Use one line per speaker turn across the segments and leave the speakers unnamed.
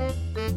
好的，好的，好的，好的，好的，
好的，好的，好的，好的，
好的，好的，好的，好的，好的，好的，
好的，好的，
好的，好的，好的，好的，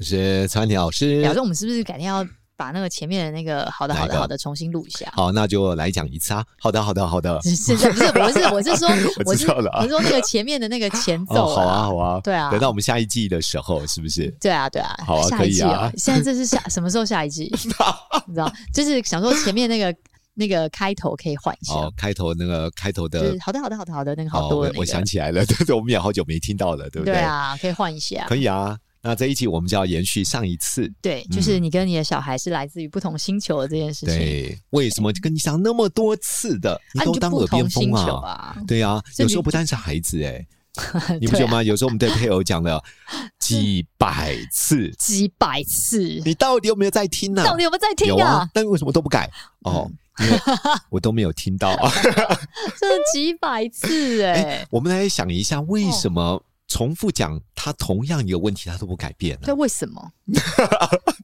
是川田老师
表。示我们是不是改天要把那个前面的那个好的、
嗯哪
好
一
的、
个
好的重新录一下？
好，那就来讲一次啊。好的，好的，好的。，
是现在不是，我是我是说
我
我
知
是
道了啊
我是说那个前面的那个前
哦，
奏
好啊，
啦。
好啊。
对啊
等到我们下一季的时候，是不是？
对啊，对啊，
好啊
下一季
可以
哦
啊。
现在这是下 什么时候下一 季？你知道，就是想说前面那个那个开头可以换一下，
哦，开头那个开头
就
的
是，好的，好的，好的，好的，那个
哦
好多
我
的那个。
我想起来了， 对对，我们也好久没听到了，对不
对啊，可以换一下
可。以啊。那这一集我们就要延续上一次，
对，就是你跟你的小孩是来自于不同星球的这件事情，
嗯对，为什么跟你讲那么多次的，你
啊，
都
你就
当
不
耳边
同
风
星球
啊？
啊，
对啊，
所以
有
你
时候不单是孩子 哎、你不觉
对啊
得吗？有时候我们对配偶讲 了几百次，
几百次，
你到底有没有在听呢、
到底有没有在听
有
啊嗯
啊？，但为什么都不改？哦，因为我都没有听 到啊。
真的几百次哎、
哎我们来想一下，为什
哦
么重复讲他同样一个问题，他都不改变呢
对，？为什么？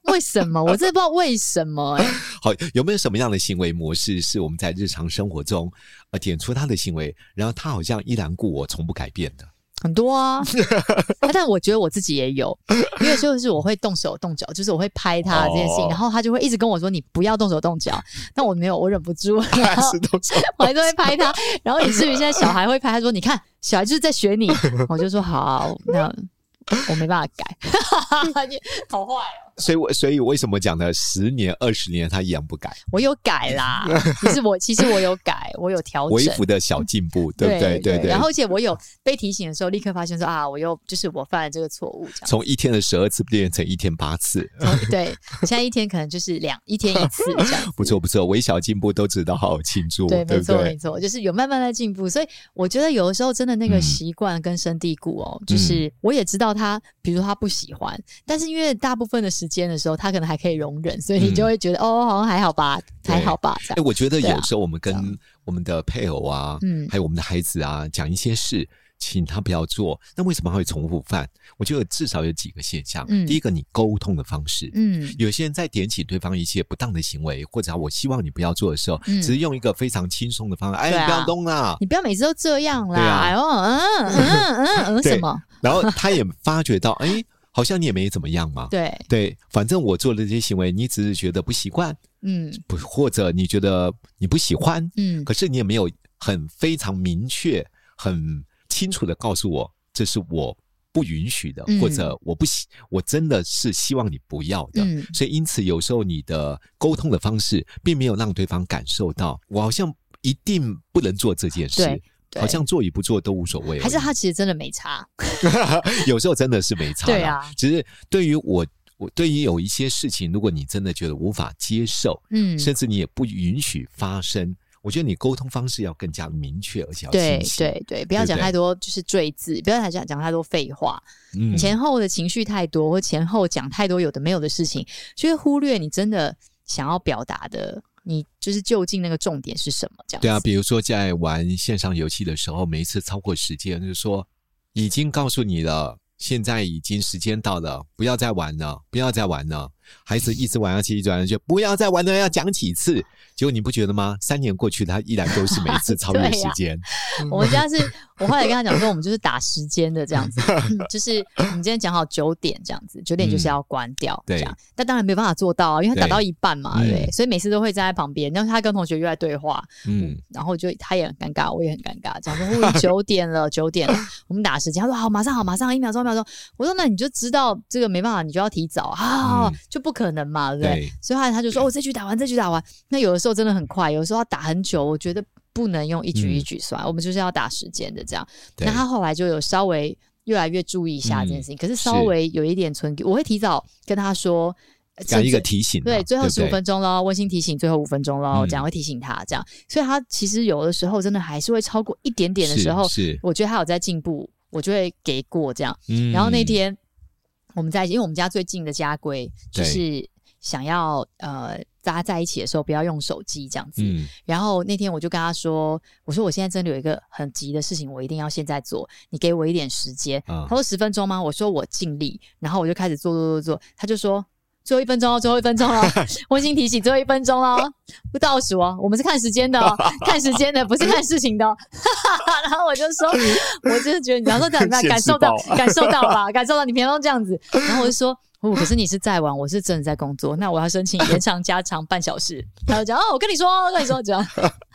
为什么？我真的不知道为什么哎、
好，有没有什么样的行为模式是我们在日常生活中呃点出他的行为，然后他好像依然故我，从不改变 的？
很多啊啊但我觉得我自己也有，因为就是我会动手动脚，就是我会拍他这件事情，
哦
然后他就会一直跟我说你不要动手动脚，但我没有，我忍不住，然后
是都是
我还是会拍他， 然后以至于现在小孩会拍，他说你看小孩就是在学你，我就说好，那我没办法改， 你好坏哦，
所以我所以为什么讲的十年二十年他依然不改，
我有改 啦，其实我其实我有改，我有调整
微。幅的小进步，对不对？对对。
然后，而且我有被提醒的时候，立刻发现说啊，我又就是我犯了这个错误， 这样
从一天的十二次变成一天八次，
从对，现在一天可能就是两一天一次这样
不错不错，微小进步都值得好好庆祝，
对，没
不
错，没
对？
错，就是有慢慢在进步，所以我觉得有的时候真的那个
嗯
习惯根深蒂固哦。就是我也知道他，比如说他不喜欢，但是因为大部分的时间的时候，他可能还可以容忍，所以你就会觉得、哦，好像还好吧，
嗯对
还好吧，这
哎、
样。
我觉得
对啊
有时候我们
这
跟
样
我们的配偶啊，
嗯
还有我们的孩子啊，讲一些事，请他不要做，那为什么他会重复犯？我觉得至少有几个现象。
嗯
第一个，你沟通的方式。
嗯，
有些人在点起对方一些不当的行为，或者啊我希望你不要做的时候，
嗯
只是用一个非常轻松的方法，哎，
对啊
你不要动啦。
你不要每次都这样啦，
对啊
哎呦，嗯嗯嗯 嗯，
对
什么？
然后他也发觉到，哎，好像你也没怎么样嘛。
对，
对，反正我做的这些行为，你只是觉得不习惯，
嗯
不或者你觉得你不喜欢，
嗯
可是你也没有很非常明确、很清楚的告诉我，这是我不允许的，
嗯
或者我不喜，我真的是希望你不要的。
嗯
所以，因此有时候你的沟通的方式，并没有让对方感受到，我好像一定不能做这件事
对，对
好像做与不做都无所谓而已。
还是他其实真的没差，
有时候真的是没差啦。
对啊
只是对于我，我对于有一些事情，如果你真的觉得无法接受，
嗯，
甚至你也不允许发生。我觉得你沟通方式要更加明确，而且要
对
清晰。
对对，不要
对不
讲
对
太多就是赘字，不要讲讲太多废话，
嗯
你前后的情绪太多，或前后讲太多有的没有的事情，就会忽略你真的想要表达的，你就是究竟那个重点是什么？这样子
对啊，，比如说在玩线上游戏的时候，每一次超过时间，就是说已经告诉你了，现在已经时间到了，不要再玩了，不要再玩了。孩子一直玩下去，一直玩下去，不要再玩了，要讲几次？结果你不觉得吗？三年过去，他依然都是每一 次超越
对
时
呀
间。
我们家是，我后来跟他讲说，我们就是打时间的这样子， 嗯就是我们今天讲好九点这样子，九点就是要关掉，
嗯对
这样。但当然没办法做到啊，因为他打到一半嘛，
对
对，
嗯
所以每次都会站在旁边，然后他跟同学又在对话，
嗯，
然后就他也很尴尬，我也很尴尬，讲 说哦九点了，九点了，我们打时间。他说好，马上好，马上一秒钟，一秒钟。我说那你就知道这个没办法，你就要提早啊，
嗯
就不可能嘛，对不对？
对，
所以后来他就说哦，这局打完，这局打完。那有的时候真的很快，有的时候要打很久，我觉得不能用一局一局算，我们就是要打时间的这样。
嗯对嗯
那他后来就有稍微越来越注意一下这件事情，可是稍
是
微有一点存，我会提早跟他说。呃
讲一
甚
个
至
提醒啊，
对，最后
不
十五分钟喽，温馨提醒，最后五分钟喽，
嗯
这样会提醒他这样，所以他其实有的时候真的还是会超过一点点的时候，
是，是
我觉得他有在进步，我就会给过这样。
嗯
然后那天。我们在一起，因为我们家最近的家规就
对
是想要呃大家在一起的时候不要用手机这样子。
嗯，
然后那天我就跟他说：“我说我现在真的有一个很急的事情，我一定要现在做，你给我一点时间。
啊
他说：“十分钟吗？”我说：“我尽力。”然后我就开始做做做做，他就说。最后一分钟哦，最后一分钟了，温馨提醒，最后一分钟了，不倒数哦，我们是看时间 的哦，看时间的，不是看事情的哦。 然后我就 说，我真的觉得你要说怎么
现
感
实
受
报，
到 感受到吧，感受到你平常都这样子。然后我就说，哦，可是你是在玩，我是真的在工作，那我要申请延长加长半 小时。然后讲，哦，我跟你说，我跟你说，这样，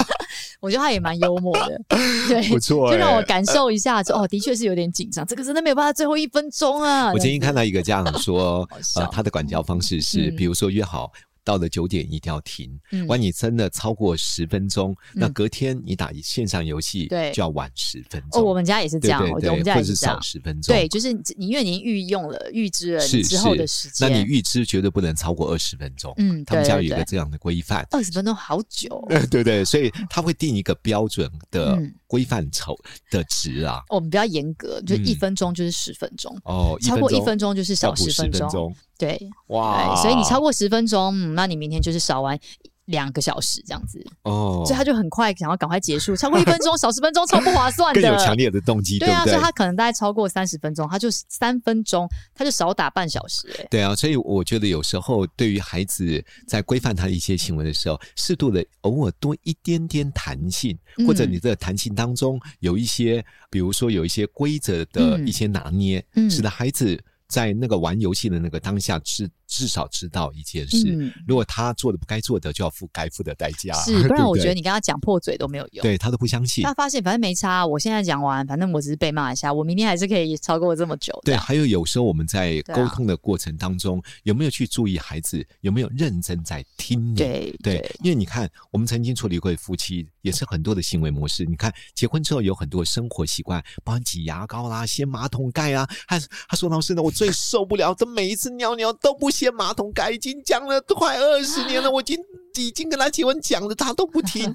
我觉得他也蛮幽默的，对，
不错、
就让我
欸。
感受一下，说哦，的确是有点紧张，这个真的没有办法，最后一分钟啊！
我
这
曾
样
经看到一个 家长说
好，
呃
笑，
他的管教方式是，
嗯
比如说约好到了九点一定要停，
嗯
万、你真的超过十分钟，那
嗯
隔天你打线上游戏
对
就要晚十分
哦，
钟。
我们家也是这样，
对
我
对
觉得
对，
我们家
或
也
者是
这样
少，十分钟。
对，就是你你因为你预用了、预知了你
是是，
之后的时
那
间，
你预知绝对不能超过二十分钟。
嗯，
他们
对
家有
对
一个嗯
对，
这样的规范。
二十分钟好久哦，
对对对，所以他会定一个标准的
嗯
规范酬的值啊。
我们比较严格，就
嗯
一分钟就是十分钟，
哦，
超过一
钟
分钟就是
要
少
补
十
十分
钟，
钟，啊
对，
哇！
对哎所以你超过十分钟，嗯那你明天就是少玩。两个小时这样子，
哦，
所以他就很快想要赶快结束，超过一分 钟、少十分钟超不划算的，
更有强烈的动机，
对啊，
不对
所以？他可能大概超过三十分钟，他就三分钟，他就少打半小时、欸。
对啊，所以我觉得有时候对于孩子在规范他的一些行为的时候，适度的偶尔多一点点弹性，
嗯
或者你的弹性当中有一些，比如说有一些规则的
嗯
一些拿捏，
嗯
使得孩子在那个玩游戏的那个当下至至少知道一件事。
嗯
如果他做的不该做的，就要付该付的代价。
是，不然我觉得
你
你跟他讲破嘴都没有用。
对他都不相信
他。发现反正没差，啊我现在讲完，反正我只是被骂一下，我明天还是可以超过这么久。
对，啊
这样
还有有时候我们在
对啊
沟通的过程当中，有没有去注意孩子有没有认真在听你？
对
对，因为你看，我们曾经处理过夫妻，也是很多的行为模式。你看，结婚之后有很多生活习惯，包含挤牙膏啦、掀马桶盖啊。他他说：“老师呢，我最受不了，这每一次尿尿都不掀马桶盖，已经讲了快二十年了，我已经已经跟他结婚讲了，他都不听。”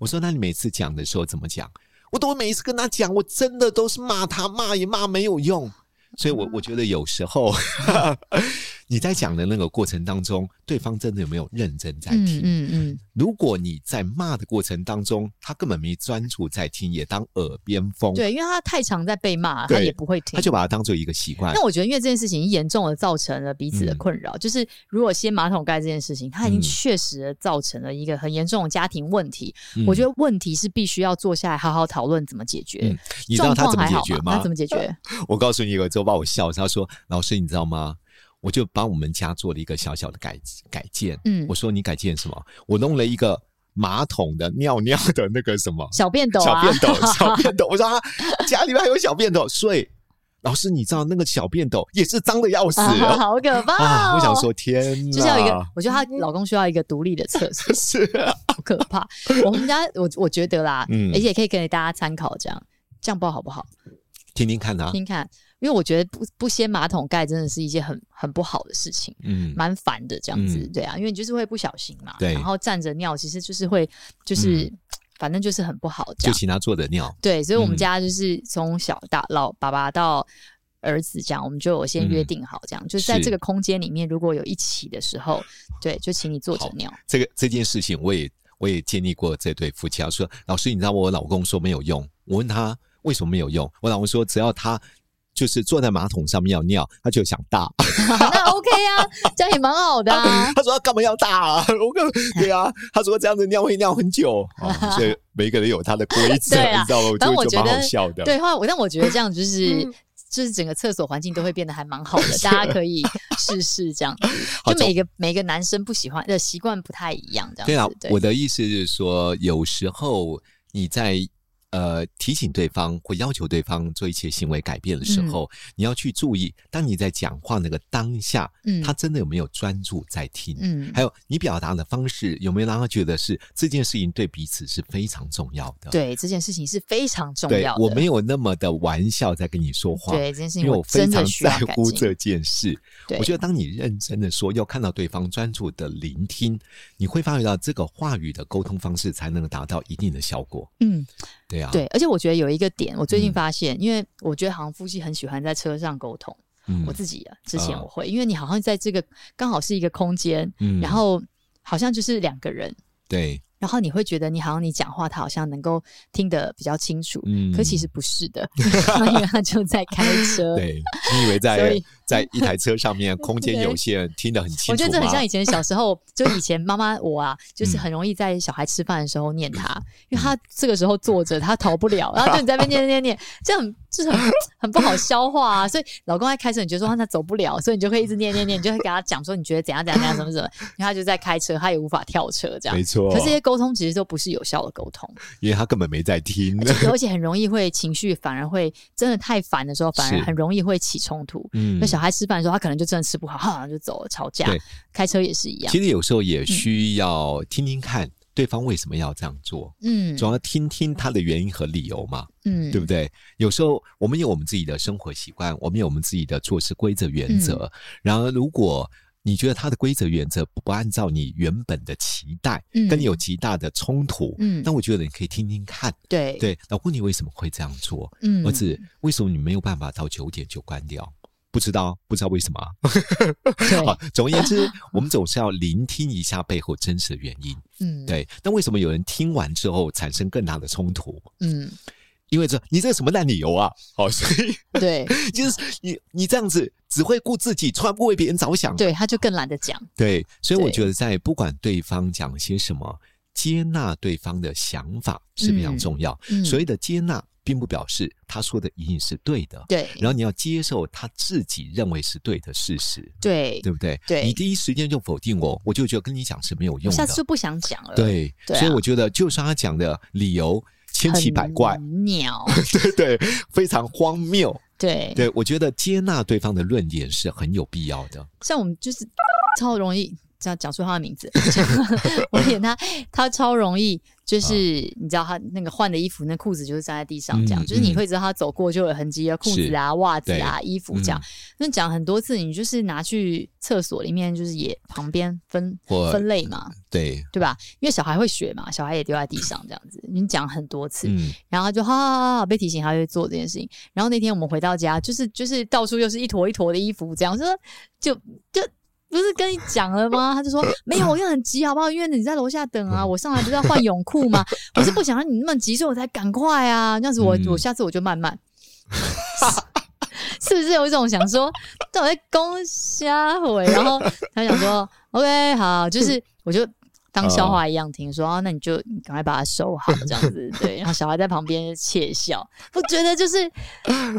我说：“那你每次讲的时候怎么讲？”我都每一次跟他讲，我真的都是骂他，骂也骂没有用。所以我，我觉得有时候 你在讲的那个过程当中，对方真的有没有认真在
嗯
听？
嗯嗯，
如果你在骂的过程当中，他根本没专注在听，也当耳边风，
对，因为他太常在被骂，他
对
也不会听
他。就把它当做一个习惯
那。我觉得，因为这件事情已经严重的造成了彼此的
嗯
困扰，就是如果掀马桶盖这件事情，它已经
嗯
确实地造成了一个很严重的家庭问题。我觉
得
得问题是必须要坐下来好好讨论怎么解决。
嗯你知道他
状
怎
况
么
还
解
好
决
吧
吗
他怎？么解决？
我告诉你，有一次我把我笑死，他说：“老师，你知道吗？我就帮我们家做了一个小小的改改建。
嗯
我说你改建什么？我弄了一个马桶的尿尿的那个什么
小便斗啊，
小便斗， 小便斗。我说他家里面还有小便斗，所以老师，你知道那个小便斗也是脏的要死
啊 好可怕、哦
啊！我想。嗯说，天哪，
就是要有一个，我觉得她老公需要一个独立的厕所，
是啊
好可 怕。我们家我我觉得啦，
嗯
而且可以给大家参考，这样这样不知道好不好？
听听看啊，
听看，因为我觉得不不掀马桶盖真的是一件很很不好的事情，
嗯，
蛮烦的这样子，
嗯
对啊，因为你就是会不小心嘛，
对嗯
然后站着尿其实就是会就是、反正就是很不好
就
这样。
请他做的尿，
对，所以我们
嗯
家就是从小到老，爸爸到儿子这样，我们就有先约定好，这样、就是在
嗯是
这个空间里面，如果有一起的时候，对，就请你坐着
好
尿。
这个这件事情我也我也建立过这对夫妻啊，说老师，你知道我老公说没有用，我问他为什么没有用，我老公说只要他。就是坐在马桶上面要尿，他就想大。
那 OK 啊，这样也蛮好 的啊。
他说他干嘛要大、啊？我跟 对啊，他说这样子尿会尿很久。哦、所以每一个人有他的规则，
对啊
你知道吗？我
但
觉
我
得就
觉
蛮
得
好笑的。
对，后来我但我觉得这样就是。就是整个厕所环境都会变得还 蛮好的，大家可以试试这样子。
好
就每个每个男生不喜欢的习惯不太一样，这样子。
对啊，
对
我的意思是说，有时候你在呃提醒对方或要求对方做一些行为改变的
嗯
时候，你要去注意，当你在讲话那个当下，
嗯
他真的有没有专注在听？
嗯
还有你表达的方式有没有让他觉得是这件事情对彼此是非常重要的？
对这件事情是非常重
对，
要的。
我没有那么的玩笑在跟你说话，
对这件事
因
情
为我非
真
常
的需要
在
改
乎
进
这件事。
对
我觉得当你认真的说，要看到对方专注的聆听，你会发觉到这个话语的沟通方式才能达到一定的效果。
嗯，
对啊，
对，而且我觉得有一个点，我最近
嗯
发现，因为我觉得好像夫妻很喜欢在车上沟通，
嗯
我自己啊之前
啊
我会，因为你好像在这个刚好是一个空间，
嗯
然后好像就是两个人，
对，
然后你会觉得你好像你讲话，他好像能够听得比较清楚，
嗯
可其实不是的， 因为他就在开车。
对，你以为
所
在
以
在一台车上面空间
对
有限，听得很清楚吗？
我觉得这很像以前小时候，就以前妈妈我啊，就是
嗯
很容易在小孩吃饭的时候 念他，因为他这个时候坐着，他逃不了，然后就你在那边念念念，这样很就是很很不好消化啊。所以老公在开车，你觉得说啊那走不了，所以你就会一直念念念，你就会给他讲说你觉得怎样怎样怎样怎么怎么，然后他就在开车，他也无法跳车这样
没。错，
可是这些沟通其实都不是有效的沟通，
因为他根本没在听。
就是而且很容易会情绪，反而会真的太烦的时候，反而
是
很容易会起冲突。
嗯
那小孩吃饭的时候，他可能就真的吃不好，哈就走了，吵架
对。
开车也是一样
其，实有时候
嗯
也需要听听看对方为什么要这样做，
嗯
主要听听他的原因和理由嘛，
嗯，
对不对？有时候我们有我们自己的生活习惯，我们有我们自己的做事规则原则。
嗯
然而，如果你觉得他的规则原则不按照你原本的期待，
嗯
跟你有极大的冲突，
嗯
那我觉得你可以听听看，
对，
对，老公你为什么会这样做？
嗯
儿子，为什么你没有办法到九点就关掉？不知道，不知道为什么啊。
对，
好，总而言 之，我们总是要聆听一下背后真实的原因。
嗯，
对，那为什么有人听完之后产生更大的冲突？
嗯，
因为这你这什么烂理由啊！好，所以
对，
就是你你这样子只会顾自己，从来不为别人着想。
对，他就更懒得讲，
对，所以我
对
觉得在不管对方讲些什么，接纳对方的想法是非常
嗯
重要。
嗯
所谓的接纳，并不表示他说的一定是对的，
对，
然后你要接受他自己认为是对的事实，
对，
对不对？
对
你第一时间就否定我，我就觉得跟你讲是没有
我
用
下次就
的。
不想讲了，，
对，
对啊
所以我觉得就算他讲的理由千奇百怪，，
鸟，
对对，非常荒谬。
对，
对我觉得接纳对方的论点是很有必要的。
像我们就是超容易这样讲出他的名字， 我演他，他超容易就是、你知道他那个换的衣服，那裤子就是站在地上这样，
啊嗯
就是你
嗯
会知道他走过就有痕迹啊，裤子啊、袜子啊、衣服这样
嗯。
那、讲很多次，你就是拿去厕所里面，就是也旁边分
或
分类嘛，
对，
对吧？因为小孩会学嘛，小孩也丢在地上这样子，你讲很多次，
嗯，
然后他就哈哈哈哈被提醒，他就会做这件事情。然后那天我们回到家，就是就是到处又是一坨一坨的衣服，这样说就就不是跟你讲了吗？他就说没有，我因为很急，好不好？因为你在楼下等啊，我上来不是要换泳裤吗？ 我是不想让你那么急，所以我才赶快啊。这样子我、
嗯
我下次我就慢慢。 是不是有一种想说，到底在攻瞎回？然后他想说，OK，好，
嗯
就是我就当笑话一样听，说
哦
啊，那你就赶快把它 收好，这样子对。然后小孩在旁边窃笑，我觉得 就是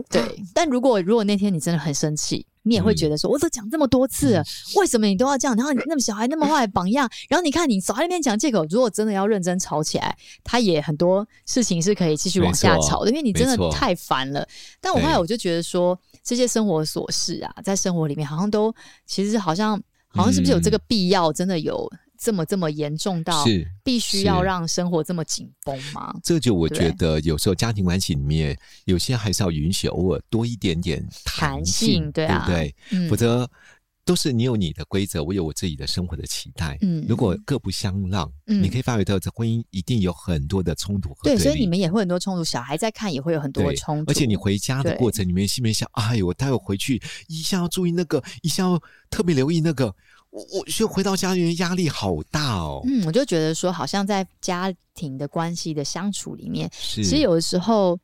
对。但如果如果那天你真的很生气，你也会觉
嗯
得说，我都讲这么多次了，为什么你都要这样？然后你那么小孩那么坏的榜样，然后你看你少在那边讲借口。如果真的要认真吵起来，他也很多事情是可以继续往下
没错
吵的，因为你真
没
的
错
太烦了。但我后来
对
我就觉得说，这些生活琐事啊，在生活里面好像都其实好像好像是不是有这个必要，真的有这么这么严重到
嗯是
必须要
是
让生活这么紧绷吗？
这就我
对
觉得有时候家庭关系里面有些还是要允许偶尔多一点点
弹
弹
性对啊
不对？
嗯
否则都是你有你的规则，我有我自己的生活的期待。
嗯
如果各不相让，
嗯
你可以发觉到这婚姻一定有很多的冲突和
对，
立。
所以你们也会很多冲突，小孩在看也会有很多的冲突，
而且你回家的
对
过程里面，心里面想：哎呦，我待会回去一下要注意那个，一下要特别留意那个。我我就回到家里面压力好大哦。
嗯，我就觉得说，好像在家庭的关系的相处里面，
是，
其实有的时候。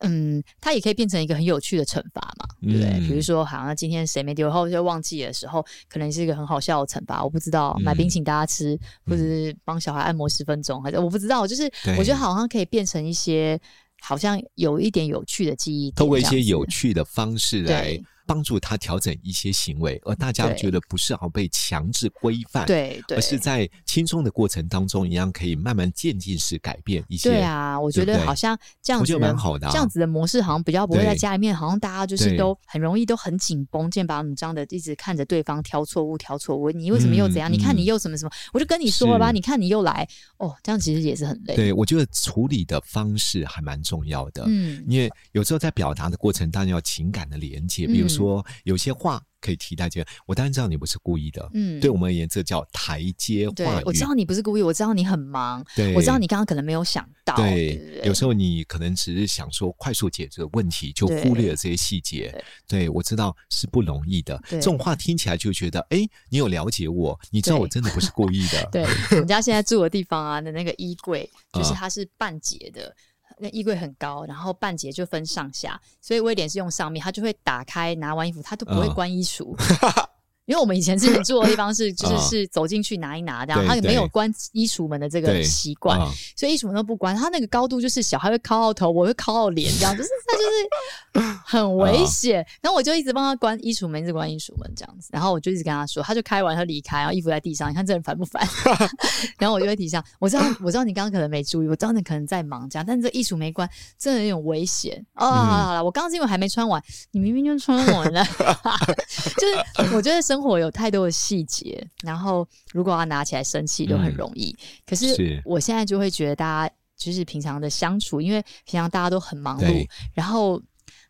嗯，它也可以变成一个很有趣的惩罚嘛，对不对？
嗯
比如说，好像今天谁没丢，然后就忘记的时候，可能是一个很好笑的惩罚。我不知道，
嗯
买冰请大家吃，或者是帮小孩按摩十分钟，还是我不知道，就是
对
我觉得好像可以变成一些，好像有一点有趣的记忆点这样子，
透过一些有趣的方式来
对
帮助他调整一些行为，而大家
对
觉得不是好被强制规范，，
对对，
而是在轻松的过程当中，一样可以慢慢渐进式改变一些。
对啊，我
对
觉
不
得
对
好像这样
我
子
觉
的
得蛮好的啊
这样子的模式好像比较不会
对
在家里面，好像大家就是
对
都很容易都很紧绷，剑拔弩张的，一直看着对方挑错误、挑错误。你为什么又怎样？
嗯
你看你
嗯
又什么什么？我就跟你说了吧，
是
你看你又来哦，这样其实也是很累。
对，啊我觉得处理的方式还蛮重要的。
嗯，嗯
因为有时候在表达的过程当中，要情感的连接，比如说有些话可以替代这个。我当然知道你不是故意的，
嗯
对我们而言，这叫台阶
对
话语。
我知道你不是故意，我知道你很忙，
对
我知道你刚刚可能没有想到，对不
对，
对，
有时候你可能只是想说快速解决问题，就
对
忽略了这些细节。对我知道是不容易的，
对
这种话听起来就觉得，哎，你有了解我，你知道
对
我真的不是故意的。
对，我们家现在住的地方啊的那个衣柜，就是
啊
它是半截的，那衣柜很高，然后半截就分上下，所以威廉是用上面，他就会打开拿完衣服，他都不会
嗯
关衣橱。 因为我们以前之前住的地方 是，就是
啊
是走进去拿一拿这样，
对
他也没有
对
关衣橱门的这个
对
习惯，
啊
所以衣橱门都不关。他那个高度就是小孩会靠到头，我会靠到脸，这样就是他就是很危险。然后我就一直帮他关衣橱门，一直关衣橱门这样子。然后我就一直跟他说，他就开完他离开，然后衣服在地上，你看这人烦不烦？然后我就会提醒他，我知道我知道你刚刚可能没注意，我知道你可能在忙这样，哎但这衣橱没关，真的有点危险哦。好了好了，我刚刚是因为还没穿完，你明明就穿完了。就是我觉得生活有太多的细节，然后如果要拿起来生气都很容易。可是
是
我现在就会觉得大家就是平常的相处，因为平常大家都很忙碌
对，嗯
然后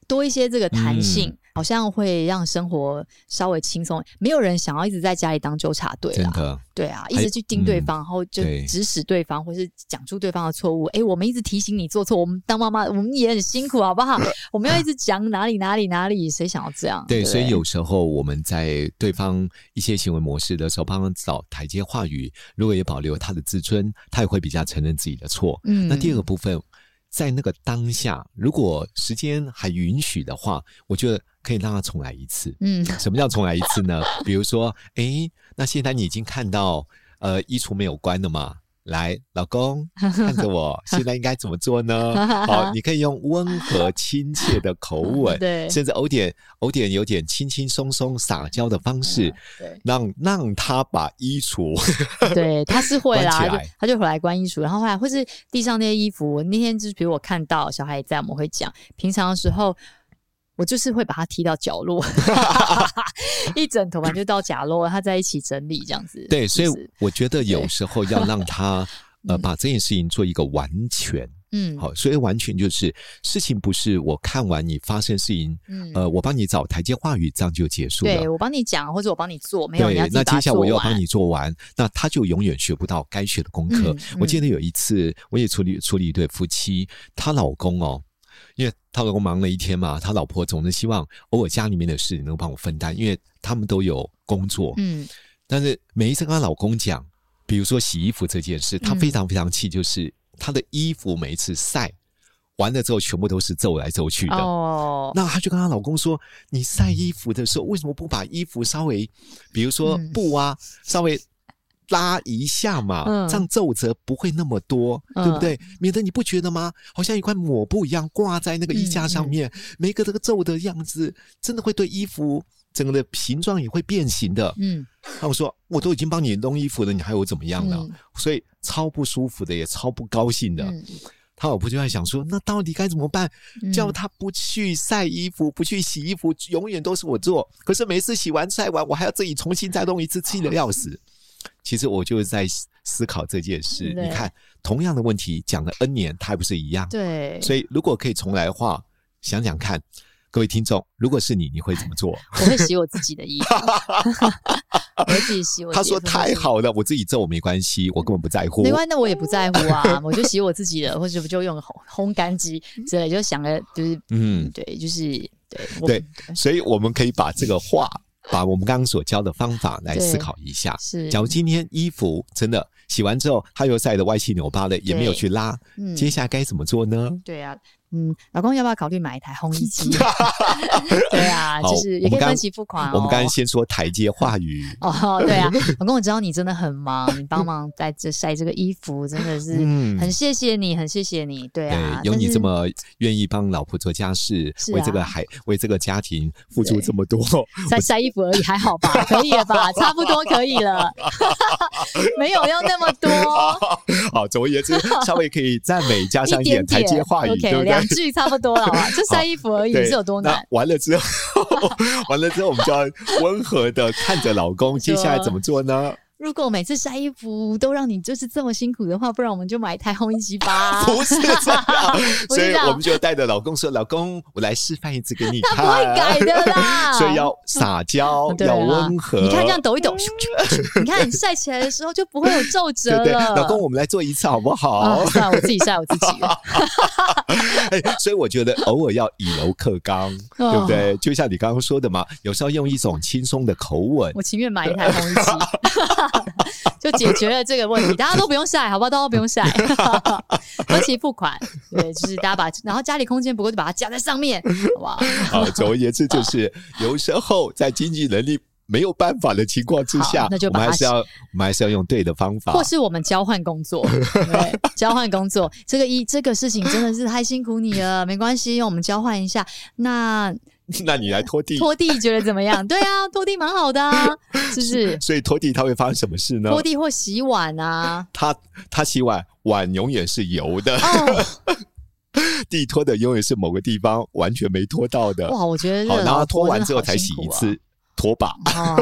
多一些这个弹性。好像会让生活稍微轻松，没有人想要一直在家里当纠察队
真
啦。
的，嗯
对啊，一直去盯对方，然后就
对
指使对方，或是讲出对方的错误。哎，我们一直提醒你做错，我们当妈妈，我们也很辛苦，好不好？我们要一直讲哪里哪里哪里，谁想要这样？
对，
不
所以有时候我们在对方一些行为模式的时候，帮他找台阶话语，如果也保留他的自尊，他也会比较承认自己的错。
嗯
那第二个部分，在那个当下，如果时间还允许的话，我觉得可以让他重来一次。
嗯
什么叫重来一次呢？ 比如说，诶，那现在你已经看到，呃，衣橱没有关了嘛？来，老公，看着 我，现在应该怎么做呢？好，你可以用温和亲切的口吻，
对
甚至偶点偶点有点轻轻松松撒娇的方式，
对
让让他把衣 橱
对，他是会啦，
关起
就
来
他就回来关衣橱，然后后来或是地上那些衣服，我那天就是比如我看到小孩也在，我们会讲，平常的时候。我就是会把他踢到角 落， 一枕头嘛就到角落，他在一起整理这样子。
对，所以
就是
我觉得有时候要让 他呃把这件事情做一个完全。
嗯，
好，所以完全就是事情不是我看完你发生事情，
嗯
呃，我帮你找台阶话语，这样就结束了
对。我帮你讲，或者我帮你做，没有
对，
你要自己
那
把它
接下来我
做
又
完
帮你做完，那他就永远学不到该学的功课。
嗯
我记得有一次，我也处理处理一对夫妻，她老公哦，因为她老公忙了一天嘛，她老婆总是希望偶尔家里面的事情能够帮我分担，因为他们都有工作。
嗯
但是每一次跟她老公讲，比如说洗衣服这件事，她
嗯
非常非常气，就是她的衣服每一次晒完了之后，全部都是皱来皱去的。
哦，
那她就跟她老公说：“你晒衣服的时候，为什么不把衣服稍微，比如说
嗯
布啊，稍微拉一下嘛，
嗯
这样皱褶不会那么多，
嗯
对不对？免得你不觉得吗？好像一块抹布一样挂在那个衣架上面，
嗯
每个这个皱的样子，真的会对衣服整个的形状也会变形的。”
嗯
那我说：“我都已经帮你弄衣服了，你还有怎么样啊呢？”
嗯
所以超不舒服的，也超不高兴的。
嗯
他老婆就在想说，那到底该怎么办？
嗯
叫他不去晒衣服，不去洗衣服，永远都是我做。可是每次洗完晒完，我还要自己重新再弄一次，气得要死。其实我就是在思思考这件事。
嗯对
你看，同样的问题讲了 N 年，他还不是一样？
对，
所以如果可以重来的话，想想看，各位听众，如果是你，你会怎么做？
我会洗我自己的衣 服，我会自己洗 我自
他
己的
说
衣服。
太好了，我自己皱没关系，我根本不在乎
没。关系，那我也不在乎啊，我就洗我自己的，或者就用烘烘干机之类，就想着就是
嗯，
对，就是对我
对所以我们可以把这个话，把我们刚刚所教的方法来思
对
考一下。
是
假如今天衣服真的洗完之后，它又晒得歪七扭八的，也没有去拉，
嗯
接下来该怎么做呢？
对啊，嗯，老公要不要考虑买一台烘 衣机？对啊，
好
就是也
我
可
们
以
刚
分期付款哦。
我们刚才先说台阶话语，
哦，对啊，老公，我知道你真的很忙，你帮忙在这晒这个衣服，真的是
嗯
很谢谢你，很谢谢你，对啊，
有
但
你
是
这么愿意帮老婆做家事，
是啊
为这个孩为这个家庭付出
对
这么多，
晒晒衣服而已，还好吧，可以了吧，差不多可以了， 没有要那么多，
好，总而言之，稍微可以赞美加上
一
一
点
点
点
台阶话语，对
，OK，
不
两
对？
句差不多 了吧，就晒衣服而已，
对，
是有多难？
那完了之 后，完了之后，我们就要温和的看着老公，接下来怎么做呢？
如果每次晒衣服都让你就是这么辛苦的话，不然我们就买台烘衣机 吧。
不是 这样，
不
所
是这
以
样
我们就带着老公说：“老公，我来示范一次给你看。”
他不会改的啦，
所以要撒娇，
对啊
要温和。
你看这样抖一抖，咻咻 咻你看晒起来的时候就不会有皱褶
对
了。
对，老公，我们来做一次好不好
啊，？ 算了，我自己晒我自 己了。
哎，所以我觉得偶尔要以柔克刚，
哦
对不对？就像你刚刚说的嘛，有时候用一种轻松的口 吻，
我情愿买一台烘衣机， 就解决了这个问题，大家都不用晒，好不好？大家都不 用晒， 分期付款，对，就是大家把，然后家里空间不够就把它加在上面，好不好？
啊，总而言之，就是有时候在经济能力没有办法的情况之下
好那，就
我们
把它
还是要，我们还是要用对的方法
或。是我们交换工 作，对，交换工作，这个一这个事情真的是太辛苦你了，没关系，我们交换一下。那
那你来拖地，
拖地觉得怎么 样？对啊，拖地蛮好的、啊，是不是？
所以拖地它会发生什么事呢？
拖地或洗碗啊，
它它洗碗碗永远是油的，
哦，
地拖的永远是某个地方完全没拖到的。
哇，我觉得这
好，
个
然后
老
拖
婆
完
真的
之后
好
才洗
辛苦
一
啊
次，拖把。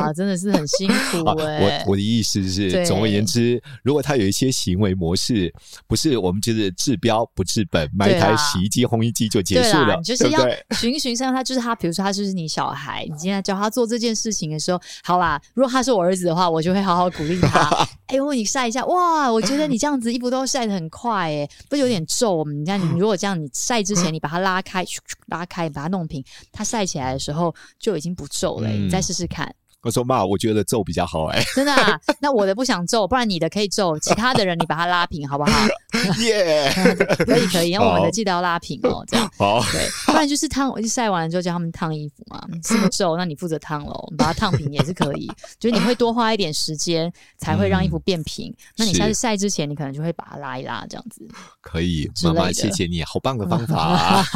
啊，真的是很辛苦
啊，
哎、
我我的意思是，
对
总而言之，如果他有一些行为模式，不是我们就是治标不治本，买一
对
台
啦
洗衣机、烘衣机就结
对
束
啦，
了，
你就是
不
要
对？
循循善诱。他就是他，比如说他就是你小孩，你今天教他做这件事情的时候，好啦，如果他是我儿子的话，我就会好好鼓励他。 哎呦，你晒一下，哇，我觉得你这样子衣服都晒得很快、哎，不是有点皱吗？你看，
嗯
你如果这样，你晒之前你把它拉开，咻咻拉开，把它弄平，它晒起来的时候就已经不皱了、哎
嗯
你再试试看，
我说妈，我觉得皱比较好 哎，
真的、 啊。那我的不想皱，不然你的可以皱，其他的人你把它拉平，好不好？
耶，
可以可 以，然后我们
好
的记得要拉平哦，这样。
好，
对，不然就是烫，就晒完了之后叫他们烫衣服嘛，
嗯
这么哦皱，那你负责烫喽，把它烫平也是可 以。就是你会多花一点时间，才会让衣服变平。那你下次
嗯是
晒之前，你可能就会把它拉一拉，这样 子。
可以，
之
妈
类
妈，
的
谢谢你，好棒的方法 啊，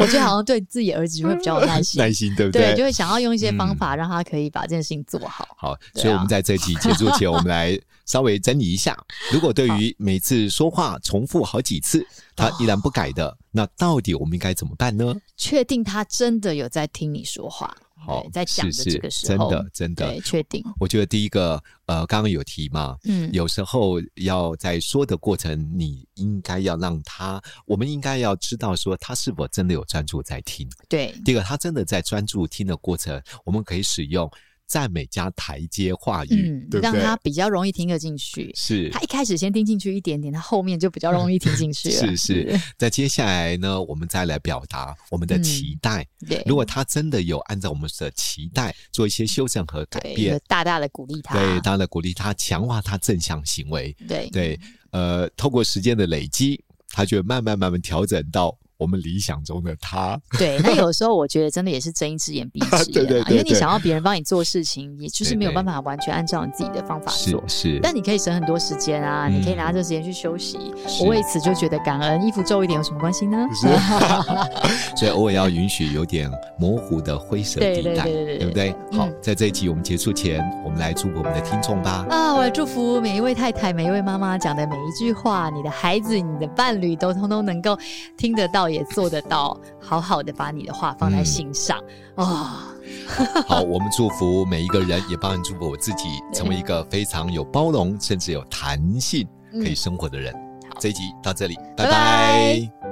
我觉得好像对自己儿子就会比较有 耐心，
耐心对不
对，就
对？嗯
会想要用一些方法让他可以把这件事情做好。
好，
对啊
所以我们在这期结束前，我们来稍微整理一下。如果对于每次说话重复好几次，他依然不改的，那到底我们应该怎么办呢？
确定他真的有在听你说话，
好
对，在讲
是
的
是
这个时
真
候，
的真的
对，确定，
我觉得第一个，呃，刚刚有提嘛，
嗯，
有时候要在说的过程，你应该要让他，我们应该要知道说他是否真的有专注在听。
对，
第二个，他真的在专注听的过程，我们可以使用赞美加台阶话语，
嗯，
对不
让
对？
他比较容易听得进去。
是
他一开始先听进去一点点，他后面就比较容易听进去 了。
是是。那接下来呢，我们再来表达我们的
嗯
期待。
对，
如果他真的有按照我们的期待做一些修正和改
对，
变
就，大大的鼓励他，
对，当然鼓励他强化他正向行为。
对
对，
嗯
呃，透过时间的累积，他就会慢慢慢慢调整到我们理想中的他。
对那有时候我觉得真的也是睁一只眼闭 一只眼、啊，
对对对
因为你
对
想要别人帮你做事情，也就是
对
没有
对
办法完全按照你自己的方法
是
做。
是，
但你可以省很多时间啊，你可以
嗯
拿这时间去休息。
是
我为此就觉得感恩，衣服皱一点有什么关系呢？
是 所以偶尔要允许有点模糊的灰色
对
地
对
带，
对对嗯
不对？好，在这一集我们结束前，我们来祝福我们的听众吧。
啊，我祝福每一位太太、每一位妈妈讲的每一句话，你的孩子、你的伴侣都通通能够听得到，也做得到，好好的把你的话放在
嗯
心上啊、
好，我们祝福每一个人，也包含祝福我自己，成为一个非常有包容，甚至有弹性可以
嗯
生活的人。这一集到这里，拜
拜拜
拜